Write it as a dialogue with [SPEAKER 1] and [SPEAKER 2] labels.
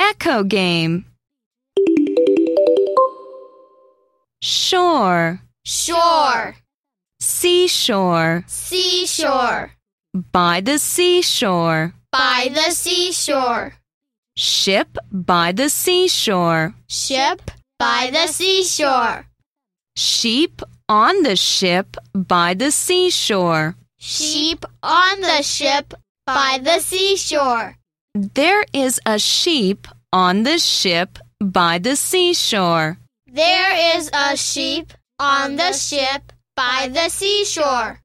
[SPEAKER 1] Echo game. Shore,
[SPEAKER 2] Shore,
[SPEAKER 1] seashore,
[SPEAKER 2] seashore,
[SPEAKER 1] by the seashore.
[SPEAKER 2] by the seashore,
[SPEAKER 1] Ship by the seashore.
[SPEAKER 2] ship by the seashore,
[SPEAKER 1] Sheep on the ship by the seashore.
[SPEAKER 2] sheep on the ship by the seashore.
[SPEAKER 1] There is a sheep on the ship by the seashore.
[SPEAKER 2] There is a sheep on the ship by the seashore.